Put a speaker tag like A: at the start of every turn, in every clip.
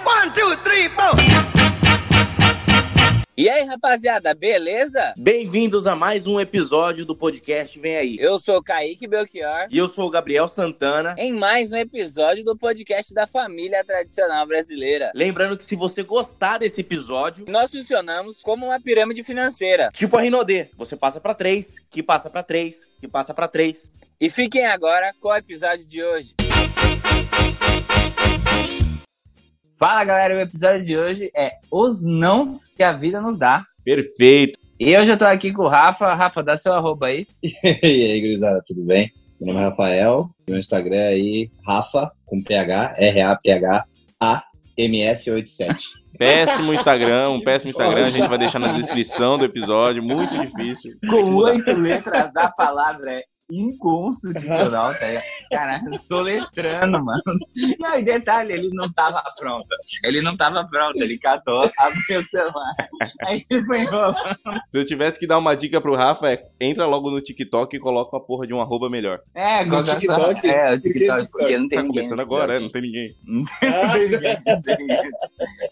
A: One, two, three, four.
B: E aí, rapaziada, beleza?
C: Bem-vindos a mais um episódio do podcast Vem Aí.
B: Eu sou o Kaique Belchior.
C: E eu sou o Gabriel Santana.
B: Em mais um episódio do podcast da família tradicional brasileira.
C: Lembrando que se você gostar desse episódio,
B: Nós funcionamos como uma pirâmide financeira.
C: tipo a Rinodê, você passa pra três, que passa pra três, que passa pra três.
B: E fiquem agora com o episódio de hoje.
D: Fala galera, o episódio de hoje é os nãos que a vida nos dá.
E: Perfeito.
D: E hoje eu tô aqui com o Rafa. Rafa, dá seu arroba aí.
E: E aí, gurizada, tudo bem? Meu nome é Rafael, meu Instagram é aí, Rafa, com PH, R-A-P-H-A, MS87.
F: Péssimo Instagram, um péssimo Instagram, a gente vai deixar na descrição do episódio, muito difícil.
D: Com oito letras, a palavra é inconstitucional, tá? aí. Cara, soletrando, mano. Não, e detalhe, ele não tava pronto. Ele não tava pronto, ele catou, abriu o celular. Aí ele foi enrolando.
F: Se eu tivesse que dar uma dica pro Rafa, é entra logo no TikTok e coloca uma porra de um arroba melhor.
D: É,
E: No
D: coloca só-
E: TikTok?
D: É, o
E: Por que
D: TikTok,
E: TikTok? né?
D: porque não tem
F: Tá
D: ninguém.
F: começando
D: no
F: agora, é,
D: TikTok.
F: não tem ninguém.
D: Não tem ninguém, não tem ninguém.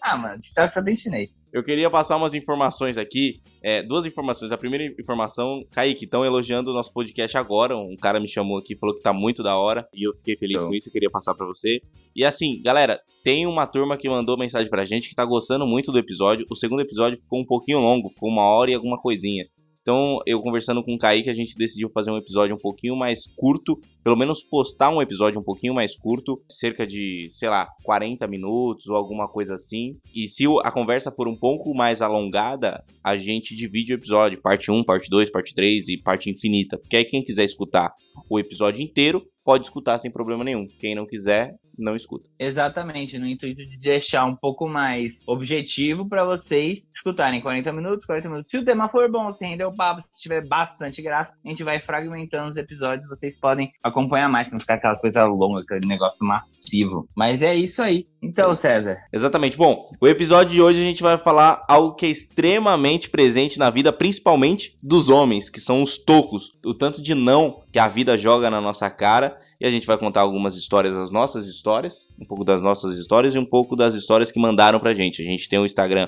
D: Ah, mano, TikTok só tem chinês.
F: Eu queria passar umas informações aqui, é, duas informações. A primeira informação, Kaique, estão elogiando o nosso podcast agora. Um cara me chamou aqui, falou que tá muito da hora, e eu fiquei feliz
E: Show.
F: com isso, eu queria passar pra você. E assim, galera, tem uma turma que mandou mensagem pra gente que tá gostando muito do episódio. O segundo episódio ficou um pouquinho longo, ficou uma hora e alguma coisinha. Então, eu conversando com o Kaique, a gente decidiu fazer um episódio um pouquinho mais curto, pelo menos postar um episódio um pouquinho mais curto, cerca de, sei lá, 40 minutos ou alguma coisa assim. E se o- a conversa for um pouco mais alongada, a gente divide o episódio, parte 1, parte 2, parte 3 e parte infinita. Porque aí quem quiser escutar o episódio inteiro, pode escutar sem problema nenhum. Quem não quiser, não escuta.
D: Exatamente, no intuito de deixar um pouco mais objetivo pra vocês escutarem 40 minutos, 40 minutos. Se o tema for bom, se render o papo, se tiver bastante graça, a gente vai fragmentando os episódios, vocês podem acompanhar mais, pra não ficar aquela coisa longa, aquele negócio massivo. Mas é isso aí. Então, César,
F: Exatamente. Bom, o episódio de hoje a gente vai falar algo que é extremamente presente na vida, principalmente dos homens, que são os tocos. O tanto de não que a vida joga na nossa cara. E a gente vai contar algumas histórias, as nossas histórias, um pouco das nossas histórias e um pouco das histórias que mandaram pra gente. A gente tem o Instagram.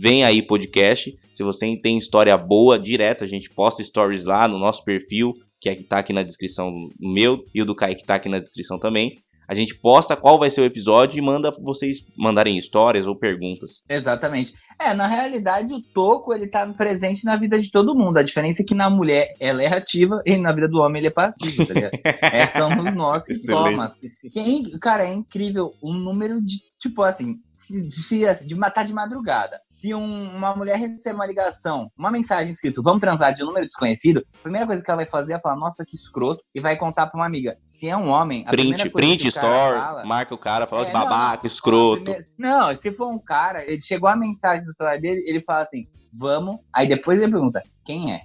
F: Vem aí podcast. Se você tem história boa, direto, a gente posta stories lá no nosso perfil, que é que tá aqui na descrição o meu e o do Kaique tá aqui na descrição também. A gente posta qual vai ser o episódio e manda vocês mandarem histórias ou perguntas.
D: exatamente. É, na realidade, o toco, ele tá presente na vida de todo mundo. A diferença é que na mulher ela é ativa e na vida do homem ele é passivo, tá ligado? é, somos nós que
F: Excelente.
D: toma. Quem- cara, é incrível o número de, tipo assim, se, de, se- assim, de matar de madrugada. Se um- uma mulher receber uma ligação, uma mensagem escrito, vamos transar de um número desconhecido, a primeira coisa que ela vai fazer é falar, nossa, que escroto, e vai contar pra uma amiga. Se é um homem, a
F: print,
D: primeira coisa
F: print
D: que o cara
F: store,
D: fala-
F: marca o cara, fala
D: É,
F: de
D: não,
F: babaca,
D: Fala
F: escroto.
D: primeiro- Não, se for um cara, ele chegou a mensagem no celular dele, ele fala assim, vamos, aí depois ele pergunta, quem é?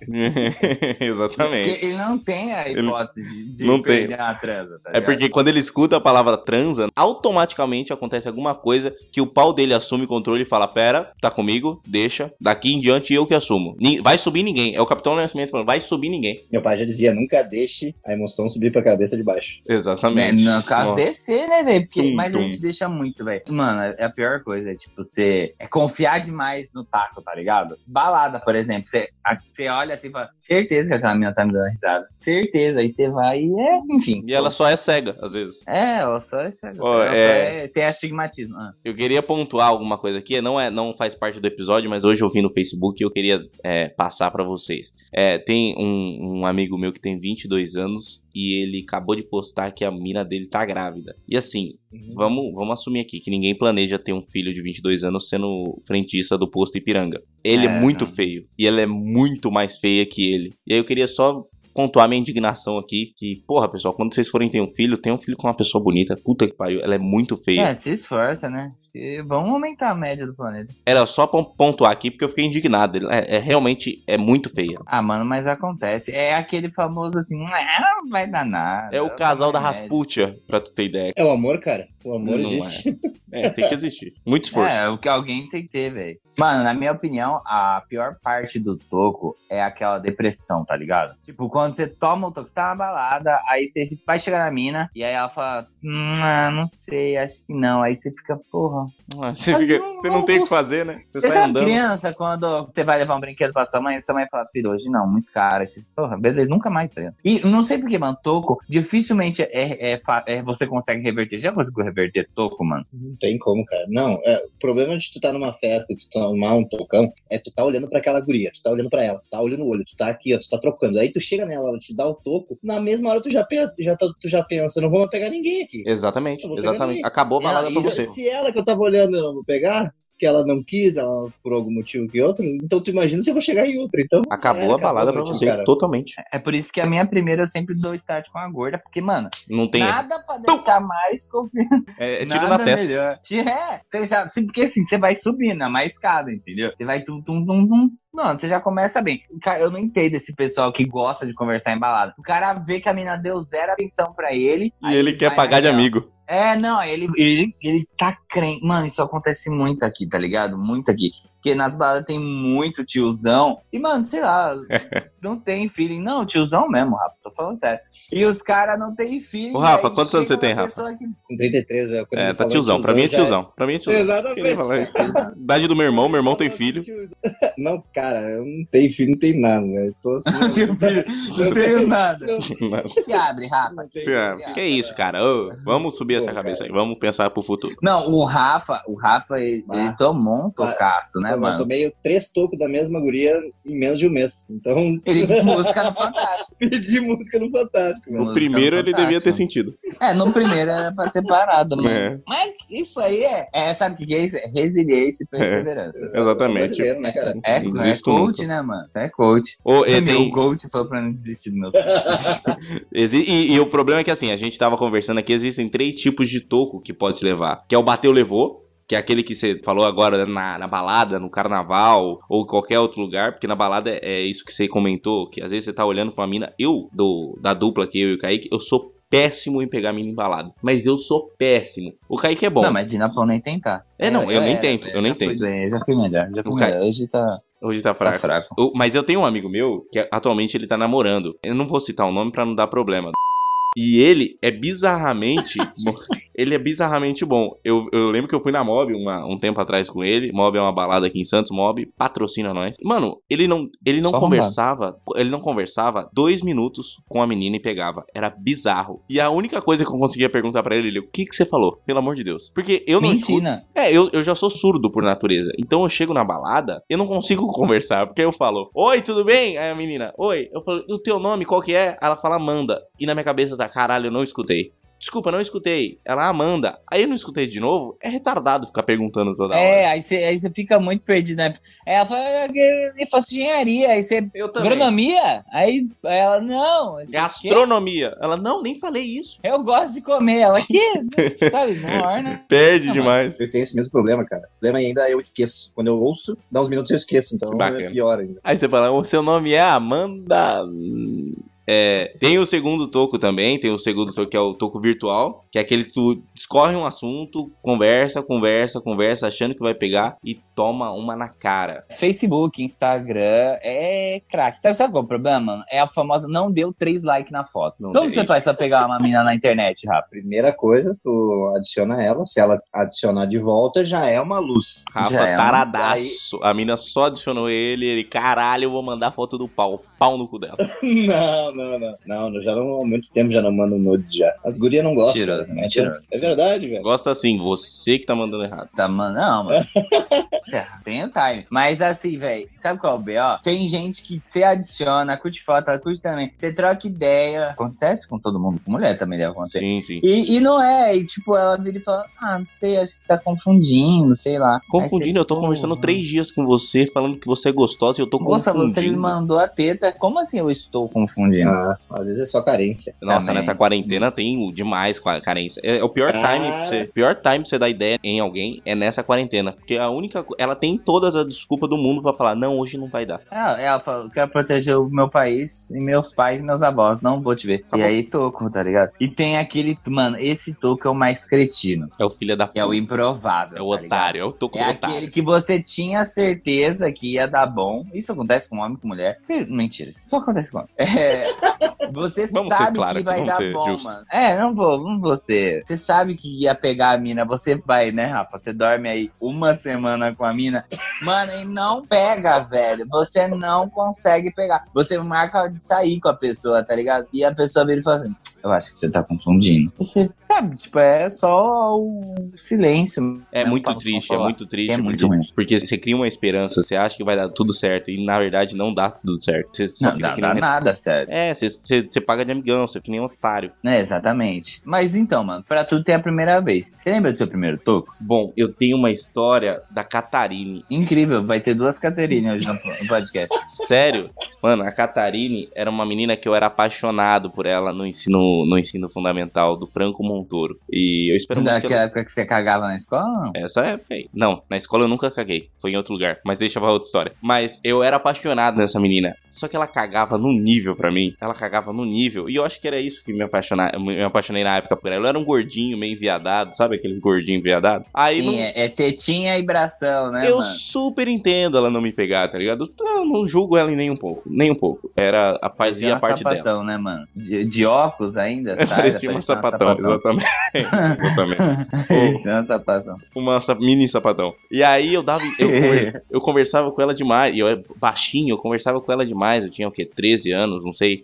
D: Porque
F: Exatamente.
D: ele não tem a
F: é? Ele-
D: hipótese de, de
F: não tem.
D: perder uma transa, tá
F: É
D: ligado?
F: porque quando ele escuta a palavra transa, automaticamente acontece alguma coisa que o pau dele assume controle e fala: Pera, tá comigo, deixa, daqui em diante eu que assumo. Ni- Vai subir ninguém. É o Capitão Nascimento falando: Vai subir ninguém.
E: Meu pai já dizia, nunca deixe a emoção subir pra cabeça de baixo.
D: É,
F: Exatamente.
D: no caso
F: Ó,
D: descer, né, velho? Porque-
F: Tum,
D: Mas a
F: tum.
D: gente deixa muito, velho. Mano, é a pior coisa. É tipo, você. É confiar demais no taco, tá ligado? Balada, por exemplo. Você, a- você olha assim e fala, certeza que aquela mina tá me dando risada. Certeza. Aí você vai e é, enfim.
F: E ela só é cega, às vezes.
D: É, ela só é. cega,
F: Ó,
D: ela só
F: é-
D: é- tem astigmatismo. Ah.
F: Eu queria pontuar alguma coisa aqui, não é, não faz parte do episódio, mas hoje eu vi no Facebook e eu queria é, passar pra vocês. É, tem um, um amigo meu que tem 22 anos e ele acabou de postar que a mina dele tá grávida. E assim,
E: Hum.
F: vamos, vamos assumir aqui que ninguém planeja ter um filho de 22 anos sendo frentista do posto Ipiranga. Ele é,
D: É,
F: muito
D: não.
F: feio e ela é muito mais feia que ele. E aí eu queria só pontuar minha indignação aqui que, porra, pessoal, quando vocês forem ter um filho, tenham um filho com uma pessoa bonita. Puta que pariu, ela é muito feia.
D: É, se esforça, né? E vamos aumentar a média do planeta.
F: Era só pra pontuar aqui, porque eu fiquei indignado. Ele É, é realmente é muito feia.
D: Ah, mano, mas acontece. É aquele famoso assim, "Ah, não vai dar nada.
F: É o casal da
D: Média.
F: Rasputia, pra tu ter ideia.
E: É o amor, cara. O amor
F: Não
E: existe.
F: É, tem que existir. Muito esforço.
D: É, o que alguém tem que ter, velho. Mano, na minha opinião, a pior parte do toco é aquela depressão, tá ligado? Tipo, quando você toma o toco, você tá na balada, aí você vai chegar na mina, e aí ela fala, hum, ah, não sei, acho que não. Aí você fica, porra, não.
F: Ah, Você,
D: Mas
F: fica-
D: não-
F: você não tem o
D: não-
F: que fazer, né? Você
D: Você
F: sai
D: sabe
F: andando.
D: criança, quando você vai levar um brinquedo pra sua mãe, sua mãe fala, filho, hoje não, muito caro. Esse, porra, beleza, nunca mais treina. E não sei porque, mano, toco, dificilmente é, é fa- é- você consegue reverter. Já conseguiu reverter toco, mano?
E: Não tem como, cara. Não, é, o problema de tu tá numa festa e tu tomar um tocão é tu tá olhando pra aquela guria, tu tá olhando pra ela, tu tá olhando o olho, tu tá aqui, ó, tu tá trocando. Aí tu chega nela, ela te dá o toco, na mesma hora tu já pensa, já tá- tu já pensa, não vamos pegar ninguém aqui.
F: Exatamente,
E: Eu vou pegar
F: exatamente.
E: ali.
F: Acabou a balada
D: Não,
F: pra
E: Se-
F: você.
E: Se ela que eu tava olhando, eu não vou pegar, que ela não quis, ela, por algum motivo que outro, então tu imagina se eu vou chegar em outra. Então,
F: Acabou
E: é,
F: a balada pra
E: a noite,
F: você,
E: cara.
F: totalmente.
D: É por isso que a minha primeira eu sempre dou start com a gorda, porque, mano,
F: Não tem. erro.
D: nada pra deixar mais confiante.
F: É, é tiro
D: Nada
F: na testa.
D: melhor. Ti- É, você já, se- porque assim, você vai subindo, é mais escada, entendeu? Você vai tum, tum, tum, tum. Mano, você já começa bem. Cara, eu não entendo esse pessoal que gosta de conversar em balada. O cara vê que a mina deu zero atenção pra ele.
F: E
D: aí
F: ele quer
D: vai
F: pagar de
D: naquela.
F: amigo.
D: É, não, ele, ele, ele tá crente. Mano, isso acontece muito aqui, tá ligado? Muito aqui. Porque nas baladas tem muito tiozão. E, mano, sei lá, não tem feeling. Não, tiozão mesmo, Rafa, tô falando sério. E os caras não tem feeling.
F: Ô, Rafa,
D: e aí
F: quantos anos
D: chega
F: você tem,
D: uma
F: Rafa?
D: pessoa que-
E: com 33, já, quando
F: É,
E: ele
F: tá
E: fala
F: tiozão. Pra mim é
E: já
F: tiozão. Pra mim é tiozão. Queria falar
E: Exatamente.
F: isso. Idade do meu irmão, meu irmão tem filho.
E: Não, cara, eu não tenho filho, não tenho nada, né? Eu tô assim,
D: Seu filho, não tenho nada.
E: não,
D: Se abre, Rafa.
E: não tenho-
F: É, que isso, cara. Ô, vamos subir essa cabeça aí. Vamos pensar pro futuro.
D: Não, o Rafa, o Rafa, ele,
E: Ah.
D: ele tomou um tocaço, né,
E: Eu
D: mano?
E: tomei três tocos da mesma guria em menos de um mês. Então,
D: Ele música no Fantástico.
E: pedi música no Fantástico, velho.
D: Música
F: O
D: no
F: primeiro ele devia ter
D: Fantástico.
F: sentido.
D: É, no primeiro era pra ter parado, né? mano.
F: É,
D: Mas isso aí é, é, sabe o que que é isso? É resiliência e perseverança. sabe?
F: exatamente.
E: Brasileiro, né, cara?
D: É,
F: Não
D: é
F: desisto
D: coach,
F: nunca.
D: né, mano? Você é coach.
F: Ô, e,
D: Meu
F: tem- um- É
D: coach falou pra não desistir do meu sonho.
F: exi- e- e o problema é que assim, a gente tava conversando aqui, existem três tipos de toco que pode se levar. Que é o bateu, levou. Que é aquele que você falou agora na, na balada, no carnaval ou qualquer outro lugar, porque na balada é, é isso que você comentou, que às vezes você tá olhando pra uma mina. Eu, do, da dupla que eu e o Kaique, eu sou péssimo em pegar mina em balada. Mas eu sou péssimo. O Kaique é bom.
D: Não, mas de Napão nem tentar.
F: É, não, eu nem
D: era,
F: tento, eu
D: já
F: nem
D: fui
F: tento.
D: bem, já fui melhor, já fui
F: Nunca-
D: melhor. Hoje tá,
F: Hoje tá
D: tá
F: fraco.
D: fraco.
F: Eu- mas eu tenho um amigo meu que atualmente ele tá namorando. Eu não vou citar o nome pra não dar problema. E ele é bizarramente. bom. ele é bizarramente bom. Eu, eu lembro que eu fui na Mob uma- um tempo atrás com ele. Mob é uma balada aqui em Santos. Mob patrocina nós. Mano, ele não, ele não
D: Só
F: conversava. Ele não conversava dois minutos com a menina e pegava. Era bizarro. E a única coisa que eu conseguia perguntar pra ele, ele, o que que você falou? Pelo amor de Deus. Porque eu
D: Me
F: não escuto.
D: ensina.
F: É, eu, eu já sou surdo por natureza. Então eu chego na balada, eu não consigo conversar. Porque eu falo, oi, tudo bem? Aí a menina, oi. Eu falo, o teu nome, qual que é? Aí Ela fala Amanda. E na minha cabeça tá, caralho, eu não escutei. Desculpa, eu não escutei. Ela, Amanda. Aí eu não escutei de novo. É retardado ficar perguntando toda hora.
D: É, aí você aí você fica muito perdido, né? Aí ela fala, "Ah, eu eu faço engenharia, aí você...
F: eu É
D: Agronomia? Aí aí ela, não. eu sei o quê.
F: Gastronomia. Ela, não, nem falei isso.
D: Eu gosto de comer. Ela, que? Sabe, não orna.
F: Perde
D: Ah,
F: demais.
E: Eu tenho esse mesmo problema, cara. O problema ainda é eu esqueço. Quando eu ouço, dá uns minutos eu esqueço. Então
F: Que bacana.
E: é pior ainda.
F: Aí você fala, o seu nome é Amanda. Hum, É, tem o segundo toco também, tem o segundo toco que é o toco virtual, que é aquele que tu escorre um assunto, conversa, conversa, conversa, achando que vai pegar e toma uma na cara.
D: Facebook, Instagram, é craque. Sabe, sabe qual é o problema, mano? É a famosa não deu três likes na foto.
F: Não
D: Como
F: dei.
D: você faz pra pegar uma mina na internet, Rafa?
E: Primeira coisa, tu adiciona ela. Se ela adicionar de volta, já é uma luz.
F: Rafa,
D: Já é um-
F: taradaço. A mina só adicionou ele, ele, caralho, eu vou mandar foto do pau, pau no cu dela. Um
E: Não, não, não. Não, eu já não, há muito tempo já não mando nudes já. As gurias não gostam.
D: Mentira,
E: cara.
D: mentira.
E: É verdade, velho.
F: Gosta assim, você que tá mandando errado.
D: Tá, mano, não, mano. É, Tem o time. Mas assim, velho, sabe qual é o B.O.? Tem gente que você adiciona, curte foto, ela curte também. Você troca ideia. Acontece com todo mundo, com mulher também deve acontecer.
F: Sim, sim.
D: E, e não é, e tipo, ela vira e fala, ah, não sei, acho que tá confundindo, sei lá. Aí você-
F: Confundindo, eu tô
D: Porra.
F: conversando três dias com você, falando que você é gostosa e eu tô
D: Moça,
F: confundindo.
D: você me mandou a teta. Como assim eu estou confundindo?
E: Ah, às vezes é só carência.
F: Nossa,
D: Também.
F: nessa quarentena tem o demais com a carência. É, é o pior
E: Cara.
F: time pra você. Pior time pra você dar ideia em alguém é nessa quarentena. Porque a única. co- Ela tem todas as desculpas do mundo pra falar, não, hoje não vai dar.
D: Ela, É, ela falou, quero proteger o meu país e meus pais e meus avós, não vou te ver.
F: Tá
D: e
F: bom.
D: aí, toco, tá ligado? E tem aquele, mano, esse toco é o mais cretino,
F: É o filho da
D: que é o
F: puta,
D: improvável.
F: é o
D: tá ligado?
F: otário, é o toco
D: É
F: do
D: aquele
F: otário.
D: que você tinha certeza que ia dar bom. Isso acontece com homem e com mulher. Não mentira. Isso só acontece com. É, você
F: Vamos ser
D: sabe
F: claro
D: que
F: aqui,
D: vai
F: vamos
D: dar
F: ser
D: bom,
F: justos.
D: mano. É, não vou, não vou ser. Você sabe que ia pegar a mina, você vai, né, Rafa? Você dorme aí uma semana com a mina. Mano, e não pega, velho. Você não consegue pegar. Você marca de sair com a pessoa, tá ligado? E a pessoa vira e fala assim. Eu acho que você tá confundindo. Você sabe, tipo, é só o silêncio.
F: É
D: Não
F: muito
D: posso
F: triste, é
D: falar.
F: muito triste.
D: É muito
F: porque,
D: ruim.
F: porque você cria uma esperança, você acha que vai dar tudo certo e na verdade não dá tudo certo. Você só
D: Não
F: fica
D: dá,
F: que nem
D: dá
F: um re-
D: nada, sério.
F: É, você, você, você paga de amigão, você fica que nem um otário.
D: É, exatamente. Mas então, mano, pra tudo tem a primeira vez. Você lembra do seu primeiro toco?
F: Bom, eu tenho uma história da Catarine.
D: Incrível, vai ter duas Caterine hoje no no podcast.
F: Sério? Mano, a Catarine era uma menina que eu era apaixonado por ela no ensino, no ensino fundamental do Franco Montoro. E eu espero muito que ela...
D: Daquela época é que você cagava na escola, não?
F: Essa é. bem, Não, na escola eu nunca caguei. Foi em outro lugar. Mas deixa pra outra história. Mas eu era apaixonado nessa menina. Só que ela cagava no nível pra mim. Ela cagava no nível. E eu acho que era isso que me, apaixonar, me apaixonei na época por ela. Eu era um gordinho meio enviadado, sabe? Aquele gordinho enviadado. Aí não-
D: Sim, é, é tetinha e bração, né,
F: eu
D: mano?
F: super entendo ela não me pegar, tá ligado? Eu não julgo ela nem um pouco. Nem um pouco. Era, a-
D: Parecia
F: fazia
D: uma
F: parte dela.
D: sapatão, né, mano? De, de óculos ainda, sabe? um
F: Parecia uma sapatão, exatamente. exatamente.
D: Parecia uma sapatão.
F: Uma sa- mini sapatão. E aí eu dava. Eu, conver- eu conversava com ela demais. e Eu era baixinho, eu conversava com ela demais. Eu tinha o quê? 13 anos, não sei.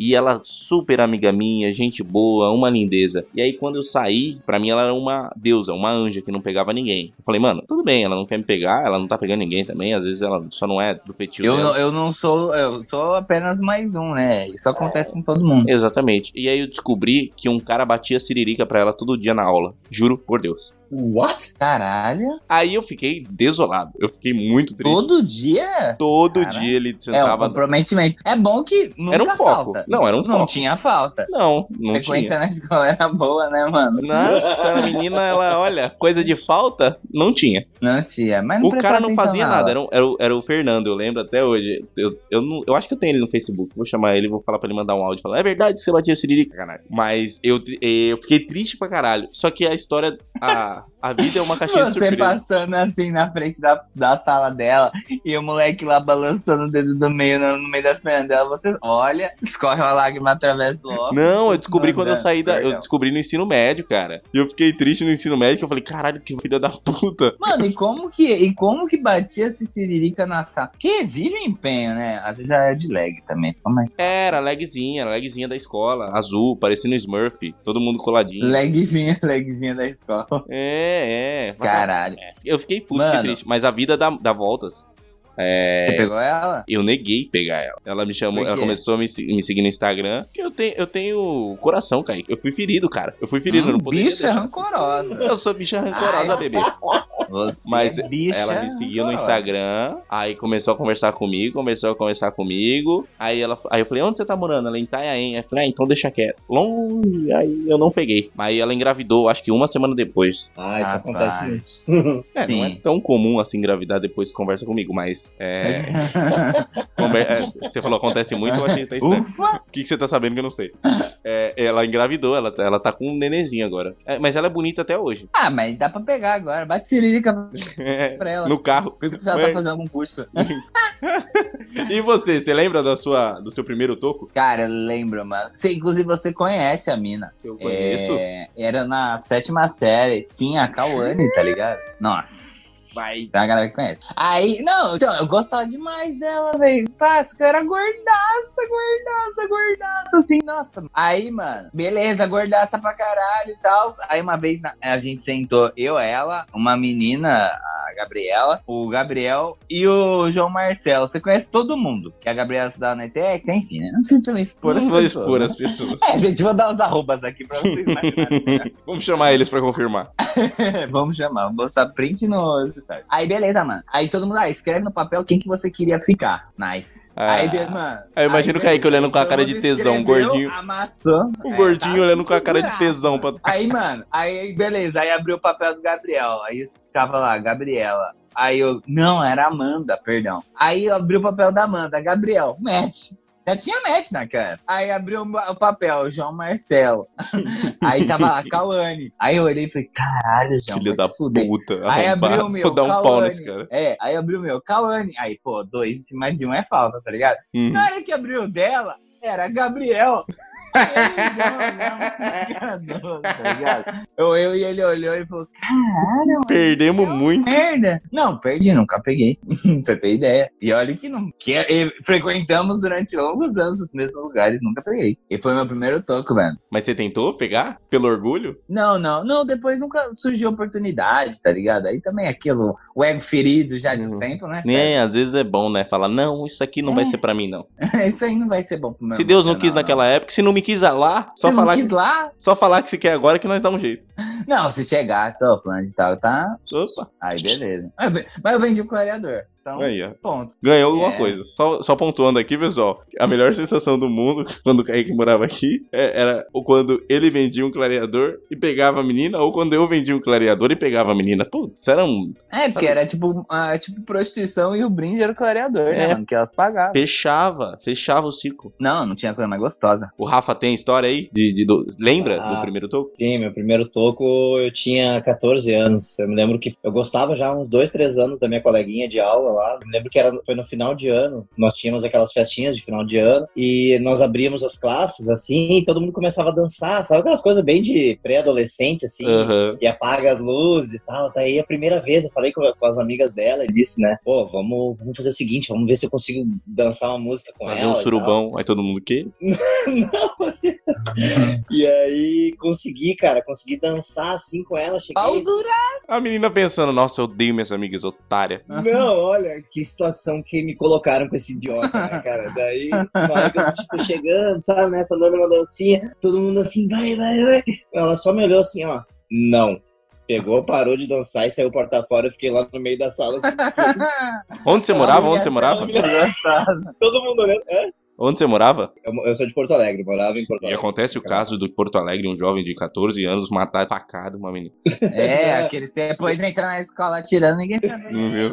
F: E ela, super amiga minha, gente boa, uma lindeza. E aí, quando eu saí, pra mim ela era uma deusa, uma anja que não pegava ninguém. Eu falei, mano, tudo bem, ela não quer me pegar, ela não tá pegando ninguém também. Às vezes ela só não é do feitio
D: Eu
F: dela.
D: não, eu não sou, eu sou apenas mais um, né? Isso acontece com todo mundo.
F: Exatamente. E aí eu descobri que um cara batia siririca pra ela todo dia na aula. Juro por Deus.
E: What?
D: Caralho,
F: Aí eu fiquei desolado. Eu fiquei muito triste. Todo,
D: todo dia? Cara.
F: dia ele
D: É, um
F: sentava.
D: comprometimento. É bom que nunca
F: Era um foco.
D: falta.
F: Não, era um
D: Não
F: foco.
D: tinha falta.
F: Não,
D: A
F: não
D: frequência
F: tinha.
D: na escola era boa, né, mano?
F: Nossa, a menina, ela, olha, coisa de falta, não tinha.
D: Não tinha, mas não
F: o cara não
D: prestava atenção
F: fazia
D: na aula.
F: nada, era, o- era, o- era o Fernando, eu lembro até hoje. Eu, eu, não- eu acho que eu tenho ele no Facebook, vou chamar ele, vou falar pra ele mandar um áudio, falar, é verdade que você batia siririca, caralho. Mas eu, tri- eh, eu fiquei triste pra caralho. Só que a história, a, a vida é uma caixinha de
D: Você
F: surpresa.
D: passando assim na frente da, da sala dela e o moleque lá balançando o dedo do meio no, no meio das pernas dela, você olha, escorre uma lágrima através do óculos.
F: Não, eu descobri quando eu
D: Andando,
F: saí da. Eu
D: perdão.
F: descobri no ensino médio, cara. E eu fiquei triste no ensino médio, que eu falei, caralho, que filha da puta.
D: Mano, e como que e como que batia esse siririca na sala? Que exige um empenho, né? Às vezes ela é de lag também, fica mais
F: Era, lagzinha, lagzinha da escola, azul, parecendo Smurf, todo mundo coladinho.
D: lagzinha, lagzinha da escola.
F: É, é.
D: Caralho.
F: Eu fiquei puto,
D: Mano.
F: fiquei triste. Mas a vida dá, dá voltas. É,
D: Você pegou ela?
F: eu neguei pegar ela. Ela me chamou,
D: Por quê?
F: ela começou a me, se- me seguir no Instagram. Porque eu tenho, eu tenho coração, cara. Eu fui ferido, cara. Eu fui ferido, eu não
D: Ah,
F: poderia
D: Hum, bicha
F: deixar.
D: rancorosa.
F: Eu sou bicha rancorosa, bebê.
D: Você
F: Mas
D: é bicha
F: Ela me seguiu no
D: rancorosa.
F: Instagram, aí começou a conversar comigo, começou a conversar comigo. Aí ela, aí eu falei: "Onde você tá morando?" Ela em Itanhaém. Eu falei: "Ah, então deixa quieto". Longe, aí eu não peguei. Mas aí ela engravidou, acho que uma semana depois.
E: Ah, isso
D: Rapaz.
E: acontece muito.
F: É, não é
D: Sim.
F: tão comum assim engravidar depois que conversa comigo, mas é, conver- é, você falou acontece muito, eu achei até
D: Uh.
F: estranho.
D: Ufa!
F: O que, que você tá sabendo que eu não sei? É, ela engravidou, ela, ela tá com um nenenzinho agora. É, mas ela é bonita até hoje. É,
D: Ah, mas dá pra pegar agora. Bate siririca pra ela.
F: no carro.
D: Pergunta se ela
F: Mas-
D: tá fazendo algum curso.
F: E você, você lembra da sua, do seu primeiro toco?
D: Cara, eu lembro, mano. Você, inclusive, você conhece a mina.
F: Eu conheço.
D: É, era na sétima série. Sim, a Kawane, tá ligado? Nossa.
F: Vai.
D: Tem uma Então galera que conhece. Aí, não, então, eu gostava demais dela, velho. Passa, que eu era gordaça, gordaça, gordaça, assim, nossa. Aí, mano, beleza, gordaça pra caralho e tal. Aí uma vez na- a gente sentou, eu, ela, uma menina, a Gabriela, o Gabriel e o João Marcelo. Você conhece todo mundo. Que a Gabriela estudava na ETEC, enfim, né? Não precisa também expor as
F: Não vou
D: pessoas.
F: expor
D: né?
F: as pessoas.
D: É, gente, vou dar os arrobas aqui pra vocês imaginarem.
F: Vamos chamar eles pra confirmar.
D: vamos chamar, vamos postar print no story. Aí beleza, mano. Aí todo mundo, ah, escreve no papel quem que você queria ficar. Nice.
F: Ah.
D: aí, be- mano.
F: Aí eu imagino o
D: beleza.
F: Kaique olhando com a
D: Todo
F: cara de
D: mundo
F: tesão, um
D: escreveu,
F: gordinho.
D: Amassou.
F: O
D: É,
F: Um gordinho
D: tá.
F: olhando com a cara de
D: Figuraça.
F: tesão pra.
D: Aí, mano, aí beleza, aí abriu o papel do Gabriel. Aí tava lá, Gabriela. Aí eu, não, era Amanda, perdão. Aí eu abri o papel da Amanda, Gabriel, mete. Já tinha match na cara. Aí abriu o papel, João Marcelo. Aí tava lá, Cauane. Aí eu olhei e falei, caralho, João,
F: Filho
D: vai
F: da
D: se fuder.
F: puta.
D: Aí
F: arrombado.
D: abriu o meu,
F: Vou dar um pau
D: Cauane.
F: nesse cara.
D: É, aí abriu o meu, Cauane. Aí, pô, dois em cima de um é falta, tá ligado?
F: Hum.
D: Na hora que abriu o dela, era Gabriel. Aí eu e o João olhamos pra cara do outro, tá ligado? Eu, eu e ele olhou e falou,
F: Perdemos muito.
D: merda. Não, perdi, nunca peguei. pra você ter ideia. E olha que não. Que eh, frequentamos durante longos anos os mesmos lugares, nunca peguei. E foi meu primeiro toco, velho.
F: Mas você tentou pegar? Pelo orgulho?
D: Não, não, não, depois nunca surgiu oportunidade, tá ligado? Aí também aquilo, o ego ferido já de um
F: Uhum.
D: tempo, né?
F: É, às vezes é bom, né? Falar, não, isso aqui não vai ser pra mim, não.
D: Isso aí É. não vai ser bom pro meu
F: Se Deus não
D: emocional,
F: quis naquela época, se não me quis lá, só
D: Se
F: falar,
D: não quis
F: que,
D: lá?
F: só falar que se quer agora que nós dá um jeito.
D: Não, se chegasse, ó, fulano de tal, tá?
F: Opa,
D: Aí beleza. Mas eu- Ah, Mas eu vendi o clareador. Então,
F: aí, ó.
D: ponto.
F: Ganhou alguma
D: É.
F: coisa. Só, só pontuando aqui, pessoal. A melhor sensação do mundo, quando o Kaique morava aqui, é- era o quando ele vendia um clareador e pegava a menina, ou quando eu vendia um clareador e pegava a menina. Putz, era um
D: É, porque era tipo, ah, tipo prostituição e o brinde era o clareador, né,
F: É.
D: mano? Que elas pagavam.
F: Fechava, fechava o ciclo.
D: Não, não tinha coisa mais gostosa.
F: O Rafa tem história aí? De, de- do- lembra
E: Ah.
F: do primeiro toco?
E: Sim, meu primeiro toco eu tinha 14 anos. Eu me lembro que eu gostava já há uns 2, 3 anos da minha coleguinha de aula lá. Eu me lembro que era, foi no final de ano. Nós tínhamos aquelas festinhas de final de ano e nós abríamos as classes assim e todo mundo começava a dançar, sabe? Aquelas coisas bem de pré-adolescente assim.
F: Aham.
E: E apaga as luzes e tal. Daí a primeira vez eu falei com, com as amigas dela e disse, né? Pô, vamos, vamos fazer o seguinte, vamos ver se eu consigo dançar uma música com
D: É,
F: Fazer
E: ela.
F: um
E: e tal."
F: surubão, aí todo mundo que?
E: E aí consegui, cara, consegui dançar assim com ela. Cheguei,
D: Pau dura!
F: A menina pensando, nossa, eu odeio minhas amigas otária.
E: Não, olha que situação que me colocaram com esse idiota, né, cara? Daí, na hora que eu tipo, chegando, sabe, né? Falando uma dancinha, todo mundo assim, vai, vai, vai. Ela só me olhou assim, ó, não. Pegou, parou de dançar e saiu porta fora. Eu fiquei lá no meio da sala, assim,
F: Onde você morava? Onde você morava?
D: Gostosa.
E: todo mundo olhando. Hã?
F: Onde você morava?
E: Eu, eu sou de Porto Alegre, morava em Porto
F: E
E: Alegre.
F: acontece o caso do Porto Alegre, um jovem de 14 anos matar facada uma menina.
D: É, aqueles depois entra na escola atirando, ninguém sabe.
F: Não viu?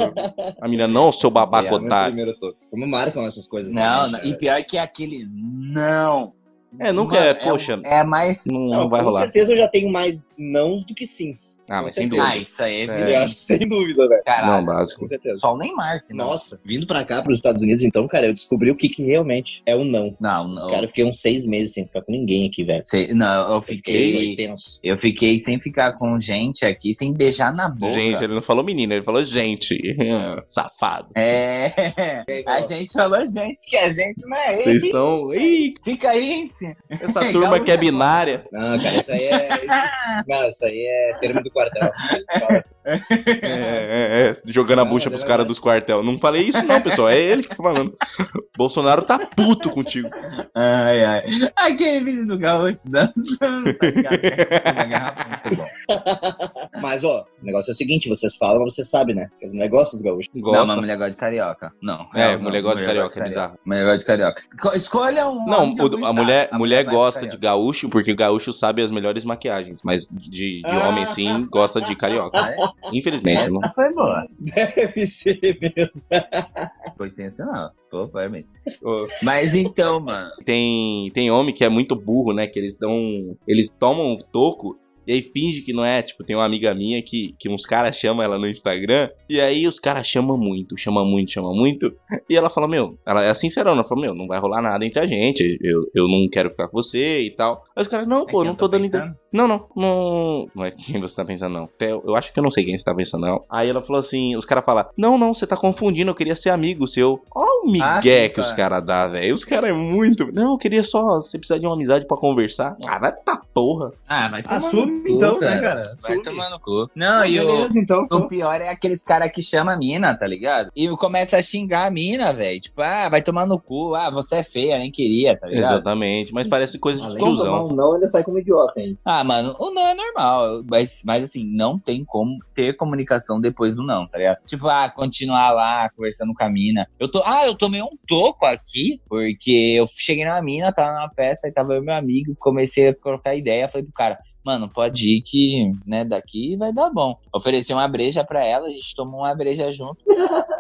F: A menina, não, seu babaca
E: Foi meu
F: otário.
E: primeiro toque. Como marcam essas coisas? né,
D: Não,
E: gente,
D: não,
E: cara?
D: e pior que é aquele não.
F: É, nunca
D: Mano,
F: é,
D: um-
F: poxa,
D: É, mais.
F: não, não
E: Não,
F: vai
E: com
F: rolar.
E: certeza eu já tenho mais nãos do que sims.
F: Ah,
E: Com
F: mas sem
E: certeza.
D: Ah, isso aí é
F: É.
E: Eu
D: evidente.
E: acho que sem dúvida, velho.
F: Não,
D: Caralho.
F: básico.
E: Com certeza.
D: Só o Neymar. que não.
E: Nossa, vindo pra cá, pros Estados Unidos, então, cara, eu descobri o que, que realmente é o não.
D: Não, não.
E: Cara, eu fiquei uns seis meses sem ficar com ninguém aqui, velho.
D: Sei- não, eu
E: Foi
D: fiquei.
E: tenso.
D: Eu fiquei sem ficar com gente aqui, sem beijar na boca.
F: Gente, ele não falou menina, ele falou gente. Safado.
D: É. A gente falou, gente, que a gente não é
F: Vocês
D: ele.
F: estão. Ih,
D: Fica aí, hein, sim.
F: essa
D: Legal,
F: turma que é
D: né?
F: binária.
E: Não, cara, isso aí é. Isso, não, isso aí é termo do quartel. Ele fala assim,
F: É, é, é, jogando a
E: Não, mas
F: bucha
E: é
F: pros caras
E: verdade.
F: dos quartel. Não falei isso, não, pessoal. É ele que tá falando. Bolsonaro tá puto contigo.
D: Ai, ai. Aquele vídeo do Gaúcho dançando. Tá ligado? Na garrafa, muito bom.
E: Mas, ó, o negócio é o seguinte: vocês falam, mas vocês sabem, né? Os negócios gaúchos.
D: Não,
F: Gosta.
D: mas mulher gosta de carioca. Não.
F: É,
D: não,
F: mulher gosta de carioca, é bizarro.
D: Mulher gosta de carioca. Co- Escolha um.
F: Não,
D: homem de
F: o-
D: algum
F: a
D: estado.
F: mulher, mulher
D: vai
F: gosta de
D: carioca.
F: gaúcho porque o gaúcho sabe as melhores maquiagens, mas de, de
E: Ah.
F: homem sim gosta de carioca. Infelizmente, não.
D: Essa foi boa.
E: Deve ser mesmo.
D: Foi sensacional. Pô, foi mesmo.
F: Ô,
D: Mas então, mano.
F: Tem, tem homem que é muito burro, né? Que eles dão. Eles tomam um toco e aí finge que não é. Tipo, tem uma amiga minha que, que uns caras chamam ela no Instagram e aí os caras chamam muito, chama muito, chama muito. E ela fala, meu, ela é sincerona, ela fala, meu, não vai rolar nada entre a gente, eu, eu não quero ficar com você e tal. Aí os caras, não,
D: é
F: pô,
D: quem
F: não
D: eu
F: tô dando
D: pensando?
F: Não, não, não. Não é quem você tá pensando, não. Até eu eu acho que eu não sei quem você tá pensando, não. Aí ela falou assim: os caras falam, não, não, você tá confundindo, eu queria ser amigo seu. Ó o migué
D: Ah, sim,
F: que os
D: tá.
F: caras dá, velho. Os caras é muito. Não, eu queria só. Você precisa de uma amizade pra conversar. Ah, vai pra porra.
D: Ah, vai tomar no
E: Assume
D: cu,
E: então,
D: cara.
E: né, cara?
D: Vai
E: Assume.
D: tomar no cu. Não, e o,
E: Beleza, então.
D: o pior é aqueles caras que chama a mina, tá ligado? E começa a xingar a mina, velho. Tipo, ah, vai tomar no cu. Ah, você é feia, nem queria, tá ligado?
F: Exatamente, mas parece coisa de
E: Além de tomar
F: tiozão.
E: um não, ele sai como idiota, hein?
D: Ah, mano, o não é normal. Mas, mas assim, não tem como ter comunicação depois do não, tá ligado? Tipo, ah, continuar lá, conversando com a mina. Eu tô. Ah, eu tomei um toco aqui, porque eu cheguei na mina, tava numa festa, aí tava eu e meu amigo, comecei a colocar ideia, falei pro cara. mano, pode ir que, né, daqui vai dar bom. Ofereci uma breja pra ela, a gente tomou uma breja junto.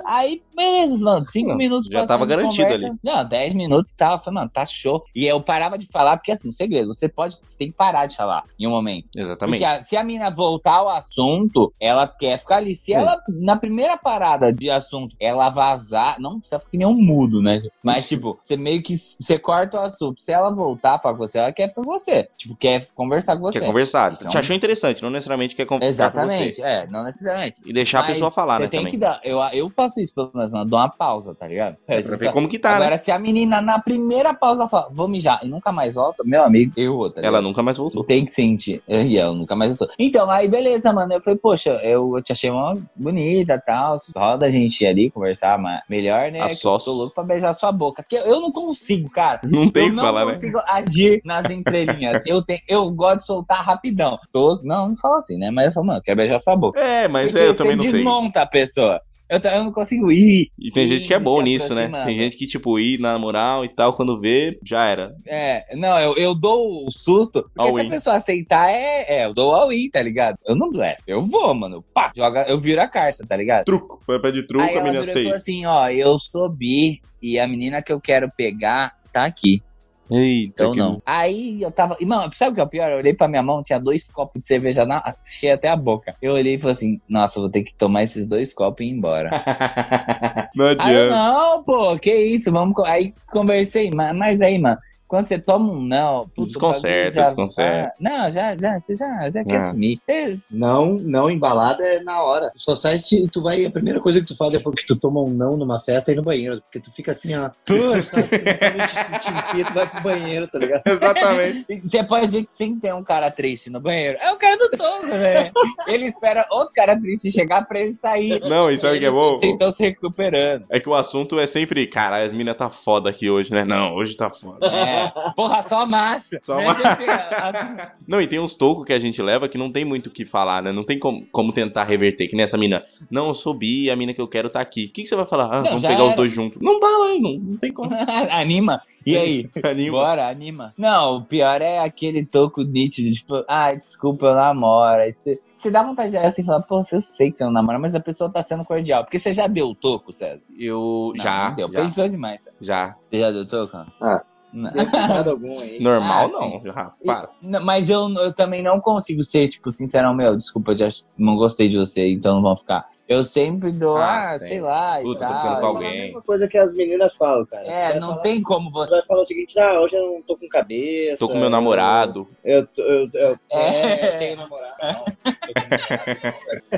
D: Aí, beleza, mano, cinco
F: Não,
D: minutos.
F: já tava
D: passando de
F: garantido
D: conversa. Não, dez minutos e tal. Eu Falei, mano, tá show. E eu parava de falar, porque assim, o segredo, você pode, você tem que parar de falar em um momento.
F: Exatamente.
D: Porque a- se a mina voltar ao assunto, ela quer ficar ali.
F: É.
D: Se ela, na primeira parada de assunto, ela vazar, não precisa ficar que nem um mudo, né? Mas, tipo, você meio que s- você corta o assunto. Se ela voltar a falar com você, ela quer ficar com você. Tipo, quer conversar com você.
F: Quer conversar.
D: Isso é
F: Te
D: um-
F: achou interessante, não necessariamente quer conversar com você.
D: Exatamente, é, não necessariamente.
F: E deixar a
D: Mas
F: pessoa falar,
D: você
F: né,
D: tem
F: também.
D: que dar. Eu, eu faço isso, pelo menos, mano. Dou uma pausa, tá ligado?
F: É, pra ver como que tá, né?
D: Agora, se a menina na primeira pausa ela fala, vou mijar, e nunca mais volta, meu amigo, errou, tá ligado?
F: Ela nunca mais
D: Você
F: voltou.
D: tem que sentir. é, E eu nunca mais tô. Então, aí beleza, mano. Eu falei, poxa, eu te achei uma bonita e tal. Roda a gente ir ali conversar mas melhor, né?
F: A
D: que eu
F: sós.
D: Tô louco pra beijar sua boca. Porque eu não consigo, cara.
F: Não tem
D: eu
F: o que
D: não
F: falar, né?
D: consigo agir nas entrelinhas. eu, tenho, eu gosto de soltar rapidão. Tô, não, não fala assim, né? Mas eu falo, mano, eu quero beijar sua boca.
F: É, mas
D: Porque
F: é, eu também não
D: você
F: sei.
D: desmonta a pessoa. Eu, ta- eu não consigo ir.
F: E tem gente que é
D: se
F: bom nisso, né?
D: aproximando.
F: Tem gente que, tipo, ir na moral e tal, quando vê, já era.
D: É, não, eu, eu dou o susto. Porque
F: All
D: se
F: in.
D: a pessoa aceitar, é, é, eu dou all in, tá ligado? Eu não blefe. Eu vou, mano. Pá, joga, eu viro a carta, tá ligado?
F: Truco. Foi pé de truco,
D: Aí
F: a
D: ela
F: menina
D: virou e falou
F: seis.
D: assim, ó, eu sou bi e a menina que eu quero pegar tá aqui.
F: Eita,
D: Então
F: que-
D: não. Aí eu tava. E, mano, sabe o que é o pior? Eu olhei pra minha mão, tinha dois copos de cerveja na... cheia até a boca. Eu olhei e falei assim: nossa, vou ter que tomar esses dois copos e ir embora.
F: Não
D: Aí eu,
F: adianta.
D: não, pô, que isso, vamos. co- Aí conversei, ma- mas aí, mano, quando você toma um não. puta, o
F: Desconcerta,
D: bagulho já-
F: desconcerta.
D: Ah, Não, já, já, você já, já quer
F: Ah.
D: sumir. Você-
E: Não, não, embalada é na hora. Tu Só sai se tu vai. A primeira coisa que tu faz depois que tu toma um não numa festa é ir no banheiro. Porque tu fica assim, ó. Tu não sabe onde tu te enfia, tu vai pro banheiro, tá ligado?
F: Exatamente.
D: Você pode ver que sempre tem um cara triste no banheiro. É o cara do Tonga, velho. Ele espera outro cara triste chegar pra ele sair.
F: Não, e sabe o que é bom?
D: Vocês estão se recuperando.
F: É que o assunto é sempre, caralho, as minas tá foda aqui hoje, né? Não, hoje tá foda.
D: É. Porra, só Né? macho.
F: Só
D: Mas
F: macho.
D: eu tenho a- a-
F: Não, e tem uns tocos que a gente leva que não tem muito o que falar, né? Não tem como, como tentar reverter. Que nessa mina, não, eu subi, a mina que eu quero tá aqui. O que, que você vai falar? Ah,
D: Não,
F: vamos
D: já
F: pegar os
D: era.
F: dois juntos. Não dá, hein? Não, não tem como.
D: Anima. E aí?
F: Anima.
D: Bora, anima. Não, o pior é aquele toco nítido, tipo, ah, desculpa, eu namoro. Aí Você você dá vontade de olhar assim e falar, pô, eu sei que você não namora, mas a pessoa tá sendo cordial. Porque você já deu o toco, César?
F: Eu
D: Não,
F: já,
D: não deu.
F: já,
D: Pensou demais. César.
F: já.
D: Você já deu toco?
E: Ah.
D: Não.
E: Não tem nada algum aí.
F: Normal
D: Ah,
F: não, já, para.
D: Não, Mas eu, eu também não consigo ser, tipo, sincerão, meu, desculpa, eu já não gostei de você, então não vão ficar. Eu sempre dou,
F: Ah,
D: ah,
F: sim.
D: sei lá,
F: Puta,
D: e
F: tô
D: tal.
F: ficando com
E: Fala
F: alguém.
E: A mesma coisa que as meninas falam, cara. Tu
D: É,
E: vai
D: não
E: falar-
D: tem como
E: tu
D: você.
E: vai falar o seguinte, ah, hoje eu não tô com cabeça.
F: Tô com meu namorado.
E: Eu, eu, eu, eu-
D: É.
E: é, eu tenho namorado. não. Eu tenho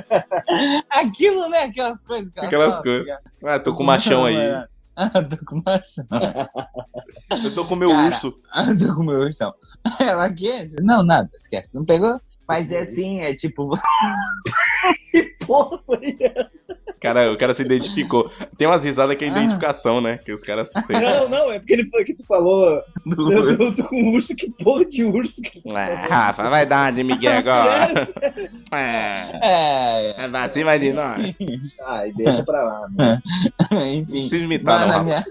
E: namorado, não.
D: Aquilo, né? Aquelas coisas que ela
F: Aquelas
D: fala,
F: coisas.
D: tá ligado?
F: Ah, tô com o machão aí.
D: Ah, tô com machão.
F: Eu tô com meu
D: Cara.
F: urso.
D: Ah, tô com meu ursão. Ela quer? Não, nada, esquece. Não pegou? Mas é assim, é tipo,
E: Porra, foi
F: Cara, o cara se identificou. Tem umas risadas que é
D: Ah.
F: identificação, né? Que os caras sentem.
E: Não, não, é porque ele foi que tu falou. Meu Deus, tô com um urso, que porra de urso. Que...
F: Ah, Rafa, vai dar uma de Miguel agora.
E: Sério?
F: É,
D: É,
F: é pra cima de nós.
E: Ai, deixa pra lá. Mano.
F: Não
D: enfim.
F: precisa imitar, não,
D: Mano, a
F: Rafa.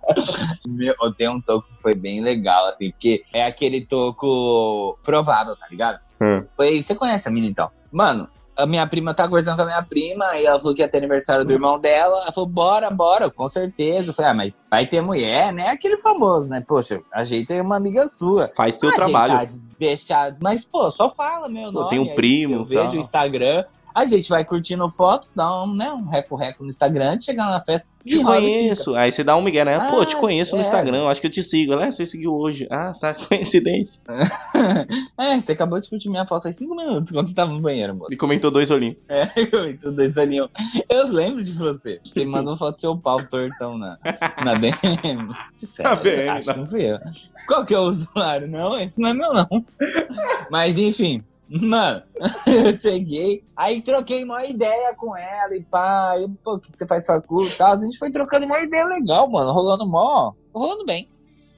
D: minha- Meu, eu tenho um toco que foi bem legal, assim, porque é aquele toco provável, tá ligado?
F: Hum.
D: Foi, você conhece a mina então? Mano, a minha prima eu tava conversando com a minha prima e ela falou que ia ter aniversário do irmão dela. Ela falou, bora, bora, com certeza. Eu falei, ah, mas vai ter mulher, né? Aquele famoso, né? Poxa, ajeita aí uma amiga sua.
F: Faz teu
D: Ah,
F: trabalho.
D: gente, tá, de deixar. Mas, pô, só fala meu
F: Pô,
D: nome.
F: tem um
D: aí
F: primo,
D: Eu vejo
F: tal.
D: o Instagram. A gente vai curtindo foto, dá um, né, um reco-reco no Instagram, chegando na festa.
F: Te
D: roda e fica.
F: conheço. Aí você dá um migué, né? Pô, te
D: Ah,
F: conheço no
D: é.
F: Instagram, eu acho que eu te sigo. Ela, Ah, você seguiu hoje. Ah, tá, coincidente.
D: é, você acabou de curtir minha foto faz cinco minutos quando você tava no banheiro, amor.
F: E comentou dois olhinhos.
D: Eu tô desanimado. Eu lembro de você. Você mandou foto do seu pau tortão na, na DM. Sério,
F: BM,
D: acho
F: na-
D: que não fui eu. Qual que é o usuário? Não, esse não é meu, não. Mas enfim. Mano, eu cheguei, aí troquei uma ideia com ela e pá, eu, pô, o que que você faz faculdade e tal. A gente foi trocando uma ideia legal, mano, rolando mó, rolando bem.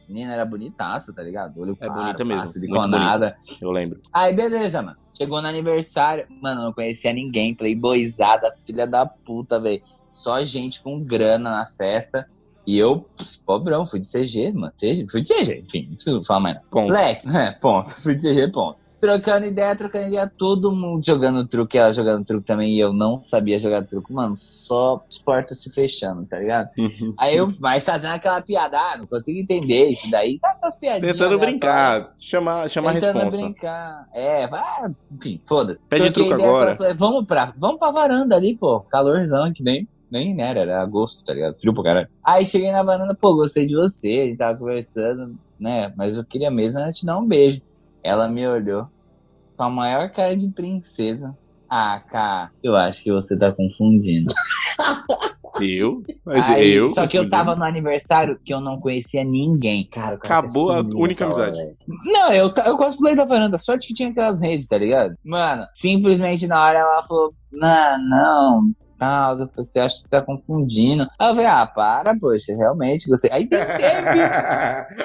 D: Menina era bonitaça, tá ligado? Olho
F: É
D: claro,
F: bonita
D: pá,
F: mesmo,
D: siliconada.
F: Eu lembro.
D: Aí, beleza, mano. Chegou no aniversário. Mano, eu não conhecia ninguém. Playboyzada, filha da puta, velho. Só gente com grana na festa. E eu, pss, pobrão, fui de CG, mano. CG, fui de CG, enfim, não preciso falar mais nada.
F: Bom,
D: Moleque, é, ponto. Fui de CG, ponto. Trocando ideia, trocando ideia, todo mundo jogando truque, ela jogando truque também, e eu não sabia jogar truque, mano, só as portas se fechando, tá ligado? Aí eu, mas fazendo aquela piada, ah, não consigo entender isso daí, sabe aquelas piadinhas?
F: Tentando
D: aleatórias?
F: brincar, chamar, chamar a
D: Tentando
F: responsa.
D: brincar. É, vai, enfim, foda-se.
F: Pede
D: Troquei
F: truco
D: ideia com ela,
F: agora.
D: falei, vamos pra, vamos pra varanda ali, pô. Calorzão que nem, nem era, era agosto, tá ligado? Frio pra caralho. Aí cheguei na varanda, pô, gostei de você, a gente tava conversando, né? Mas eu queria mesmo era te dar um beijo. Ela me olhou com a maior cara de princesa. Ah, cara, eu acho que você tá confundindo.
F: Eu? Mas
D: Aí,
F: eu?
D: só que eu
F: confundi.
D: tava no aniversário que eu não conhecia ninguém, cara. o cara
F: Acabou a
D: sumiu
F: única
D: nessa hora,
F: amizade.
D: velho. não, eu, ta- eu cosplay da varanda, sorte que tinha aquelas redes, tá ligado? Mano, simplesmente na hora ela falou, não, não, tal, eu falei, você acha que você tá confundindo. Aí eu falei, ah, para, poxa, realmente gostei. Aí tentei, viu?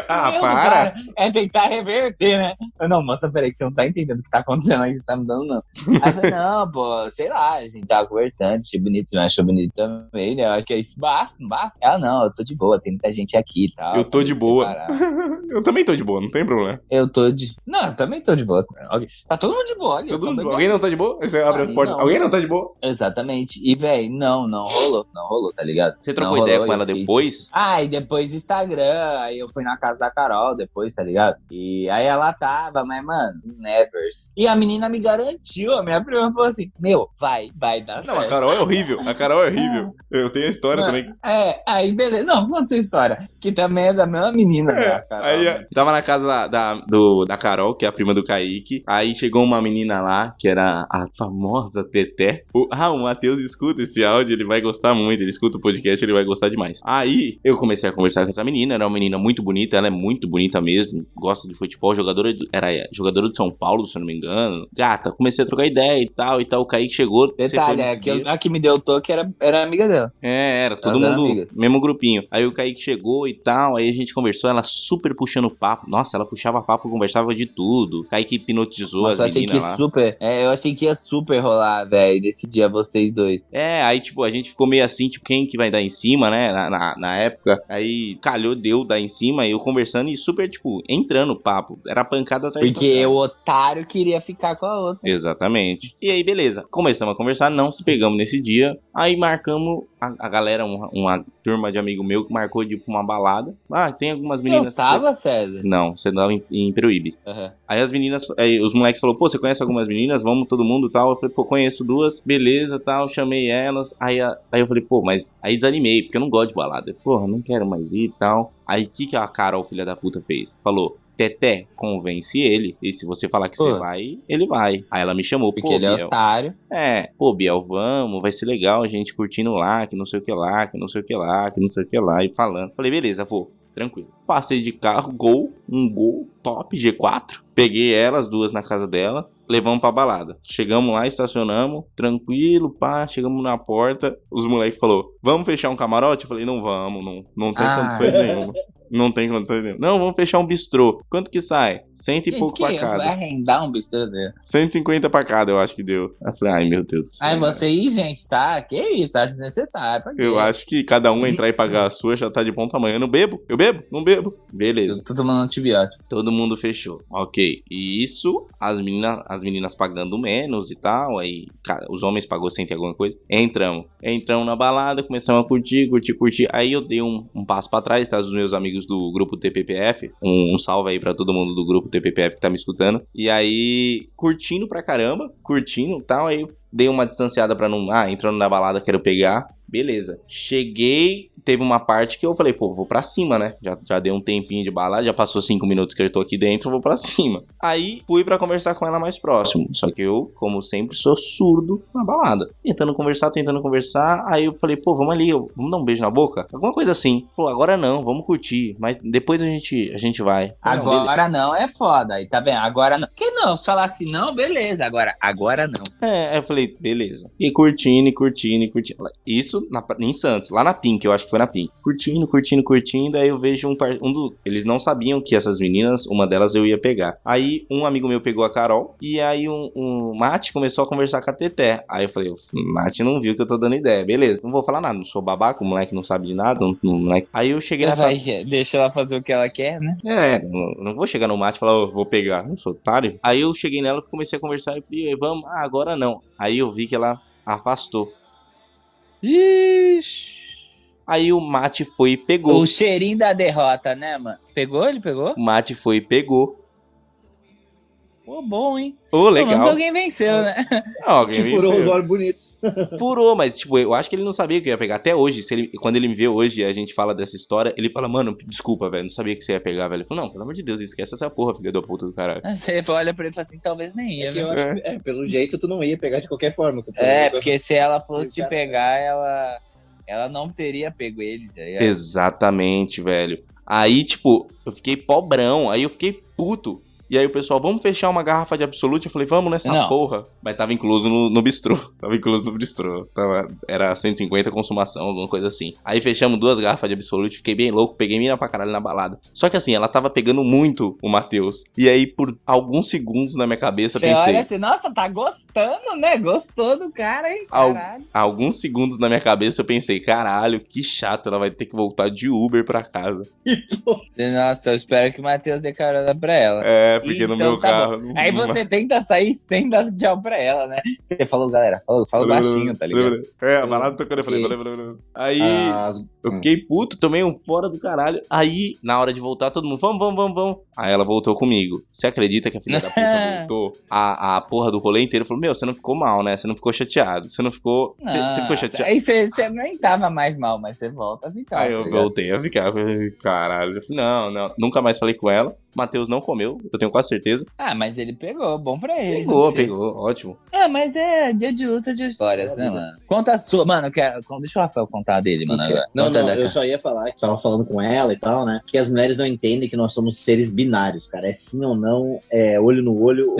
F: ah,
D: Meu,
F: para!
D: cara, É tentar reverter, né? Eu, não, moça, peraí, que você não tá entendendo o que tá acontecendo aí, você tá me dando, não. Aí eu falei, não, pô, sei lá, a gente tava conversando, achei bonito, você me achou bonito também, né? Eu acho que é isso, basta, não basta. Ela, não, eu tô de boa, tem muita gente aqui e tal.
F: Eu tô de
D: vamos
F: boa.
D: separar.
F: Eu também tô de boa, não tem problema.
D: Eu tô de. Não, eu também tô de boa. Ok. Tá todo mundo de boa, olha.
F: Todo
D: eu tô
F: mundo-
D: bem-
F: Alguém não tá de boa? Aí Você abre
D: Aí
F: a porta.
D: não.
F: Alguém não tá de boa?
D: Exatamente. E, véi, não, não rolou, não rolou, tá ligado?
F: Você
D: Não
F: trocou ideia
D: rolou,
F: com
D: eu
F: ela
D: fiquei,
F: depois?
D: Ah, e depois Instagram, aí eu fui na casa da Carol depois, tá ligado? E aí ela tava, mas, mano, nevers. E a menina me garantiu, a minha prima falou assim, meu, vai, vai dar
F: Não, a
D: certo.
F: Carol é horrível. A Carol é horrível. Eu tenho a história
D: Mano,
F: também.
D: É, aí beleza, não, conta sua história, que também é da mesma menina, né, a
F: É,
D: Carol,
F: aí
D: né?
F: eu tava na casa da, da, do- da Carol, que é a prima do Kaique. Aí chegou uma menina lá, que era a famosa Teté. O- ah, o Matheus escuta esse áudio, ele vai gostar muito. Ele escuta o podcast, ele vai gostar demais. Aí eu comecei a conversar com essa menina, era uma menina muito bonita, ela é muito bonita mesmo, gosta de futebol, jogadora do- era é, jogadora de São Paulo, se eu não me engano. Gata, comecei a trocar ideia e tal, e tal. O Kaique chegou. secou
D: Detalhe,
F: nesse
D: é que
F: dia.
D: eu- a que me deu o toque era, era amiga dela.
F: É, era todo
D: Elas eram
F: mundo,
D: amigas.
F: mesmo grupinho. Aí o Kaique chegou e tal, aí a gente conversou, ela super puxando papo. Nossa, ela puxava papo, conversava de tudo. Kaique hipnotizou
D: Nossa, eu
F: as
D: achei assim que
F: meninas lá.
D: super, é, eu achei que ia super rolar, velho, nesse dia, vocês dois.
F: É, aí tipo, a gente ficou meio assim, tipo, quem que vai dar em cima, né, na, na, na época. Aí calhou, deu dar em cima, eu conversando e super, tipo, entrando o papo. Era pancada atrás de
D: Porque
F: pancada.
D: o otário queria ficar com a outra.
F: Exatamente. E aí, beleza. Começamos a conversar, não se pegamos nesse dia. Aí marcamos a, a galera, uma, uma turma de amigo meu que marcou de ir pra uma balada. Ah, tem algumas meninas.
D: Eu tava,
F: tipo,
D: César.
F: Não, você não é em, em Peruíbe. Aí as meninas, aí os moleques falaram, pô, você conhece algumas meninas? Vamos todo mundo tal. Eu falei, pô, conheço duas, beleza tal. Chamei elas. Aí, a- aí eu falei, pô, mas aí desanimei, porque eu não gosto de balada. Eu, Porra, não quero mais ir e tal. Aí o que, que a Carol, filha da puta, fez? Falou. Teté, convence ele. E se você falar que você
D: Pô.
F: vai, ele vai. Aí ela me chamou,
D: Porque
F: pô,
D: ele é
F: Biel.
D: otário.
F: É, pô, Biel, vamos, vai ser legal a gente curtindo lá, que não sei o que lá, que não sei o que lá, que não sei o que lá, e falando. Falei, beleza, pô, tranquilo. Passei de carro, gol, um gol, top, G4. Peguei elas duas na casa dela, levamos pra balada. Chegamos lá, estacionamos, tranquilo, pá, chegamos na porta, os moleques falou, vamos fechar um camarote? Eu falei, não vamos, não, não tem
D: Ah.
F: condições nenhuma. Não tem condições nenhuma. Não, vamos fechar um bistrô. Quanto que sai? Cento e
D: Gente,
F: pouco
D: que
F: pra
D: vai
F: cada.
D: arrendar um bicho dele.
F: 150 pra cada, eu acho que deu. Eu falei, ai meu Deus do céu.
D: Aí você, ih, gente, tá? Que isso? Acho desnecessário. pra quê?
F: é. Eu acho que cada um entrar e pagar a sua já tá de bom tamanho. Eu não bebo? Eu bebo? Não bebo. Beleza.
D: Eu tô tomando antibiótico.
F: Todo mundo fechou. Ok. E isso, as meninas, as meninas pagando menos e tal. Aí, cara, os homens pagou sempre alguma coisa. Entramos. Entramos na balada, começamos a curtir, curtir, curtir. Aí eu dei um, um passo pra trás, tá? Os meus amigos do grupo TPPF. Um, um salve aí pra todo mundo do grupo TPPF que tá me escutando. E aí, curtindo pra caramba, curtindo e tal. Aí dei uma distanciada pra não. Ah, entrando na balada, quero pegar. Beleza. Cheguei, teve uma parte que eu falei, pô, vou pra cima, né? Já, já dei um tempinho de balada, já passou cinco minutos que eu tô aqui dentro, eu vou pra cima. Aí fui pra conversar com ela mais próximo. Só que eu, como sempre, sou surdo na balada. Tentando conversar, tentando conversar. Aí eu falei, pô, vamos ali, eu- vamos dar um beijo na boca? Alguma coisa assim. Pô, agora não, vamos curtir. Mas depois a gente, a gente vai. Ah, não, beleza.
D: Agora não é foda. Aí tá bem, agora não. Que não? Se falasse não, beleza. Agora, agora não.
F: É, aí eu falei, beleza. E curtindo, e curtindo, e curtindo. Ela, Isso isso na, em Santos, lá na Pink, eu acho que foi na Pink. Curtindo, curtindo, curtindo. Aí eu vejo um, par- um do, Eles não sabiam que essas meninas, uma delas eu ia pegar. Aí um amigo meu pegou a Carol. E aí um, um Mate começou a conversar com a Teté. Aí eu falei, "Hum, Mate não viu que eu tô dando ideia. Beleza, não vou falar nada. Não sou babaca, o moleque não sabe de nada. Não, não- moleque. Aí eu cheguei na
D: Vai, deixa ela fazer o que ela quer, né?
F: é, não, não vou chegar no mate e falar, "Ô, vou pegar, não sou otário. Aí eu cheguei nela, comecei a conversar e falei, "Ei, vamos, ah, agora não. Aí eu vi que ela afastou.
D: Ixi.
F: Aí o mate foi e pegou.
B: O cheirinho da derrota, né, mano?
D: Pegou? Ele pegou?
F: O mate foi e pegou.
D: Pô, bom, hein?
F: Ô,
D: Pelo
F: legal.
D: menos alguém né? venceu, né?
F: Não, alguém
E: Te furou Tipo, os
F: venceu.
E: olhos bonitos.
F: Furou, mas tipo, eu acho que ele não sabia que eu ia pegar. Até hoje, se ele- quando ele me vê hoje e a gente fala dessa história, ele fala, mano, desculpa, velho, não sabia que você ia pegar, velho. Eu falo, não, pelo amor de Deus, esquece essa porra, filha da puta do caralho.
D: Você olha pra ele e fala assim, talvez nem ia,
E: É que
D: né?
E: eu acho que- é, pelo jeito tu não ia pegar de qualquer forma. que eu tô
D: É,
E: vendo.
D: porque se ela fosse
E: Esse
D: te
E: cara-
D: pegar, ela, ela não teria pego ele, tá ligado?
F: Exatamente, velho. Aí, tipo, eu fiquei pobrão, aí eu fiquei puto. E aí o pessoal, vamos fechar uma garrafa de absolute? Eu falei, vamos nessa
D: Não.
F: porra. Mas tava incluso no, no bistrô. Tava incluso no bistrô. Tava, era 150 consumação, alguma coisa assim. Aí fechamos duas garrafas de absolute, fiquei bem louco, peguei mina pra caralho na balada. Só que assim, ela tava pegando muito o Matheus. E aí, por alguns segundos na minha cabeça, eu
D: Você
F: pensei.
D: olha assim, nossa, tá gostando, né? Gostou do cara, hein?
F: Al-
D: Caralho.
F: Alguns segundos na minha cabeça eu pensei, caralho, que chato, ela vai ter que voltar de Uber pra casa.
D: Nossa, eu espero que o Matheus dê carona pra ela.
F: É, porque no
D: Então
F: meu
D: tá
F: carro. não-
D: Aí
F: não
D: você tenta sair sem dar tchau pra ela, né? Você falou, galera, falou, falou baixinho, tá ligado? Ah.
F: É, a balada tocando, eu falei,
D: Ok.
F: valeu, valeu, valeu. Aí
E: As-
F: eu fiquei puto, tomei um fora do caralho. Aí, na hora de voltar, todo mundo, vamos, vamos, vamos, vamos. Aí ela voltou comigo. Você acredita que a filha da puta voltou? A, a porra do rolê inteiro falou, meu, você não ficou mal, né? Você não ficou chateado. Você não ficou... Você, você ficou
D: Nossa,
F: chateado.
D: Aí você, você nem tava mais mal, mas você volta a ficar.
F: Aí
D: tá
F: eu
D: ligado?
F: voltei a ficar, falei, caralho. Eu falei, Não, não, nunca mais falei com ela. Matheus não comeu, eu tenho quase certeza.
D: Ah, mas ele pegou, bom pra ele.
F: Pegou,
D: não sei.
F: pegou, ótimo.
D: É, mas é dia de luta de histórias, né, mano? Conta a sua, mano, eu quero, deixa o Rafael contar a dele, mano, agora.
E: Não,
D: Conta
E: não,
D: da
E: eu
D: cara.
E: só ia falar que tava falando com ela e tal, né? Que as mulheres não entendem que nós somos seres binários, cara. É sim ou não, é olho no olho, ou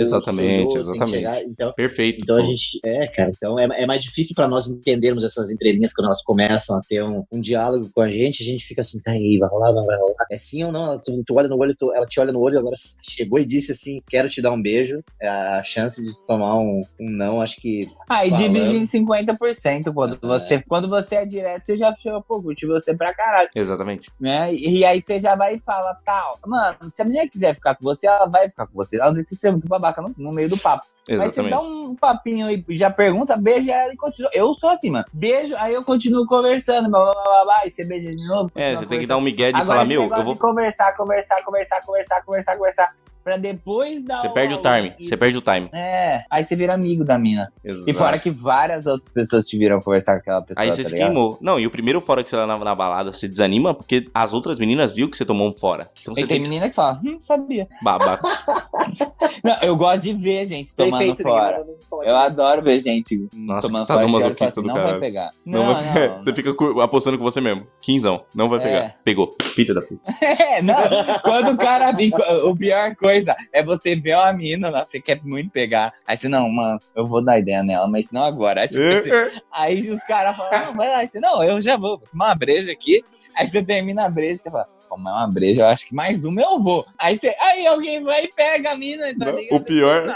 E: sonhou, tem
F: Exatamente,
E: que
F: exatamente.
E: chegar. Então,
F: Perfeito.
E: então a
F: pô.
E: gente. É, cara, então é, é mais difícil pra nós entendermos essas entrelinhas quando elas começam a ter um, um diálogo com a gente, a gente fica assim, tá aí, vai rolar, não vai rolar. É sim ou não? Ela, tu, tu olha no olho, tu- ela te olha no olho, agora chegou e disse assim: quero te dar um beijo. É, A chance de tu tomar um, um não, acho que
D: Ah, e
E: Falando.
D: divide em 50% quando
E: É.
D: você, quando você é direto, você já chama, pô, curti você pra caralho,
F: Exatamente.
D: né? E, e aí você já vai e fala, tal, mano, se a mulher quiser ficar com você, ela vai ficar com você. A não ser que você seja muito babaca no, no meio do papo. Mas você
F: Exatamente.
D: dá um papinho e já pergunta, beija ela e continua. Eu sou assim, mano. Beijo, aí eu continuo conversando, blá, blá, blá, blá, blá, e você beija de novo.
F: É,
D: continua
F: você tem que
D: conversando.
F: dar um migué de
D: Agora,
F: falar,
D: esse
F: meu,
D: negócio
F: eu vou.
D: de conversar, conversar, conversar, conversar, conversar, conversar, pra depois dar
F: Você
D: uma-
F: perde o time, você perde o time.
D: É, aí você vira amigo da mina. E fora que várias outras pessoas te viram conversar com aquela pessoa,
F: Aí
D: tá
F: você se
D: ligado?
F: queimou. Não, e o primeiro fora que você lá na, na balada, você desanima porque as outras meninas viu que você tomou um fora. Então você
D: E
F: tem,
D: tem
F: que
D: menina que fala, hum, sabia.
F: ser babaca.
D: Não, eu gosto de ver gente tomando
E: Perfeito,
D: fora.
E: ninguém mandou
D: Eu adoro ver gente
F: Nossa,
D: tomando
F: que
D: fora.
F: sabe
D: que
F: umas
D: você olha e fala assim,
F: oficinas do
D: não
F: caralho.
D: vai pegar.
F: Não, vai pegar. Você fica cu- apostando com você mesmo. Quinzão, não vai
D: É.
F: pegar. Pegou. Filha da puta.
D: É, não. Quando o cara. O pior coisa é você ver uma menina lá, você quer muito pegar. Aí você, não, mano, eu vou dar ideia nela, mas não agora. Aí,
F: É.
D: você- assim, aí os caras falam, não, vai lá. Aí você, não, eu já vou, vou tomar uma breja aqui. Aí você termina a breja, você fala. Tomar uma breja, eu acho que mais uma eu vou. Aí, você, aí alguém vai e pega a mina, tá
F: Não,
D: ligado?
F: o pior-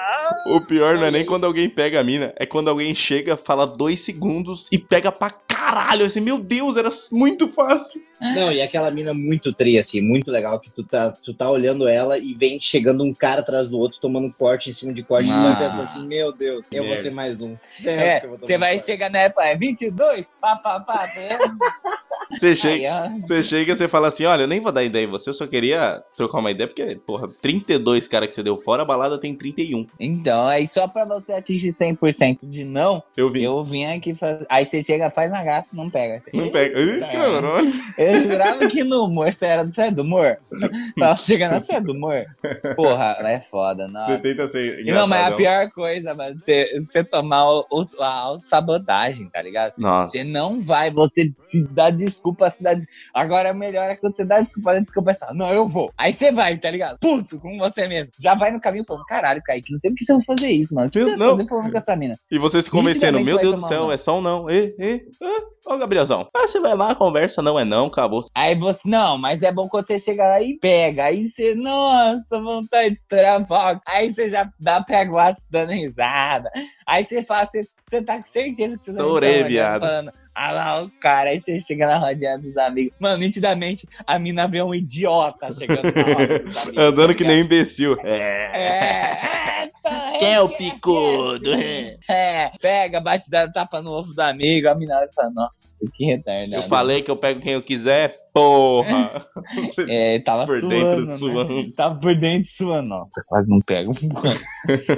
D: Não.
F: O pior não é nem quando alguém pega a mina, é quando alguém chega, fala dois segundos e pega pra caralho. Assim, meu Deus, era muito fácil.
D: Ah.
E: Não, e é aquela mina muito tri, assim, muito legal, que tu tá, tu tá olhando ela e vem chegando um cara atrás do outro, tomando um corte em cima de corte, e
D: Ah.
E: tu pensa assim, meu Deus, eu vou
F: Merda.
E: ser mais um. Certo
D: É,
E: que eu vou tomar
D: você vai
E: corte.
D: chegar na época, é 22, pá, pá, pá. tá?
F: Você chega,
D: Aí, ó.
F: Você chega e você fala assim: olha, eu nem vou dar ideia em você, eu só queria trocar uma ideia, porque, porra, 32 cara que você deu fora, a balada tem 31.
D: Então, aí só pra você atingir 100% de não,
F: Eu vi.
D: eu vim aqui fazer. Aí você chega, faz na gata, não pega. Você-
F: Não pega. Ih,
D: Tá.
F: que neurônio.
D: Eu jurava que no humor você era você é do humor. Tava chegando, você é do humor? Porra, é foda,
F: Você
D: nossa.
F: tenta ser.
D: Não, mas é a
F: engraçadão.
D: pior coisa, mano, você, você tomar o, o, a autossabotagem, tá ligado?
F: Nossa.
D: Você não vai, você se dá des- desculpa, a cidade. Agora melhor é quando você dá desculpa, dá desculpa, você fala, não, eu vou. Aí você vai, tá ligado? Puto com você mesmo. Já vai no caminho falando, caralho, Kaique, não sei por que você vai fazer isso, mano. O que
F: Eu
D: você vai
F: não.
D: fazer falando com essa mina?
F: E você se convencendo,
D: Nitidamente
F: meu
D: vai
F: Deus do
D: tomar
F: céu,
D: uma.
F: é só um não. E, e, ah, ó, Gabrielzão. Ah, você vai lá, conversa, não é não, acabou.
D: Aí você, não, mas é bom quando você chega lá e pega. Aí você, nossa, vontade de estourar a boca. Aí você já dá pega o ato dando risada. Aí você fala, você, você tá com certeza que vocês vão
F: Estourei, viado.
D: falando. Ah lá, o cara, aí você chega na rodinha dos amigos. Mano, nitidamente, a mina vê um idiota chegando na roda dos amigos,
F: Andando
D: tá
F: que
D: ligado?
F: nem imbecil. É.
D: É, é,
F: Quem é o
D: é,
F: picudo?
D: é, É, pega, bate, dá tapa no ovo do amigo. A mina olha e fala, nossa, que retardado.
F: Eu falei que eu pego quem eu quiser, porra.
D: É, tava
F: Por
D: suando,
F: dentro
D: né?
F: suando.
D: Tava por dentro suando. Nossa, quase não pego.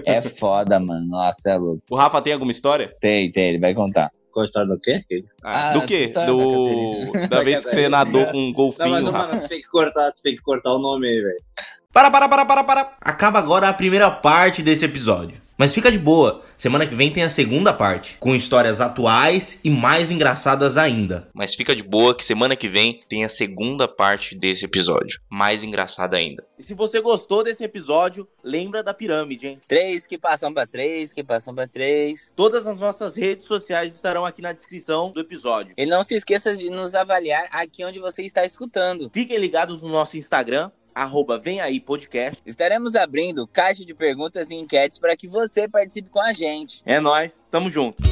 D: é foda, mano. Nossa, é louco.
F: O Rafa tem alguma história?
D: Tem, tem, ele vai contar.
E: Qual a história do quê?
F: Ah,
D: Ah,
F: do
D: essa
F: quê?
D: história da
F: Do... Da vez que você nadou com um
E: Não, mas,
F: golfinho, Rafa.
E: mano, tu tem que cortar, tu tem que cortar o nome aí, velho.
C: Para, para, para, para, para. Acaba agora a primeira parte desse episódio. Mas fica de boa, semana que vem tem a segunda parte, com histórias atuais e mais engraçadas ainda. Mas fica de boa que semana que vem tem a segunda parte desse episódio, mais engraçada ainda.
F: E se você gostou desse episódio, lembra da pirâmide, hein?
B: Três que passam pra três, que passam pra três.
F: Todas as nossas redes sociais estarão aqui na descrição do episódio.
B: E não se esqueça de nos avaliar aqui onde você está escutando.
F: Fiquem ligados no nosso Instagram, arroba Vem Aí Podcast.
B: Estaremos abrindo caixa de perguntas e enquetes para que você participe com a gente.
F: É nóis, tamo junto.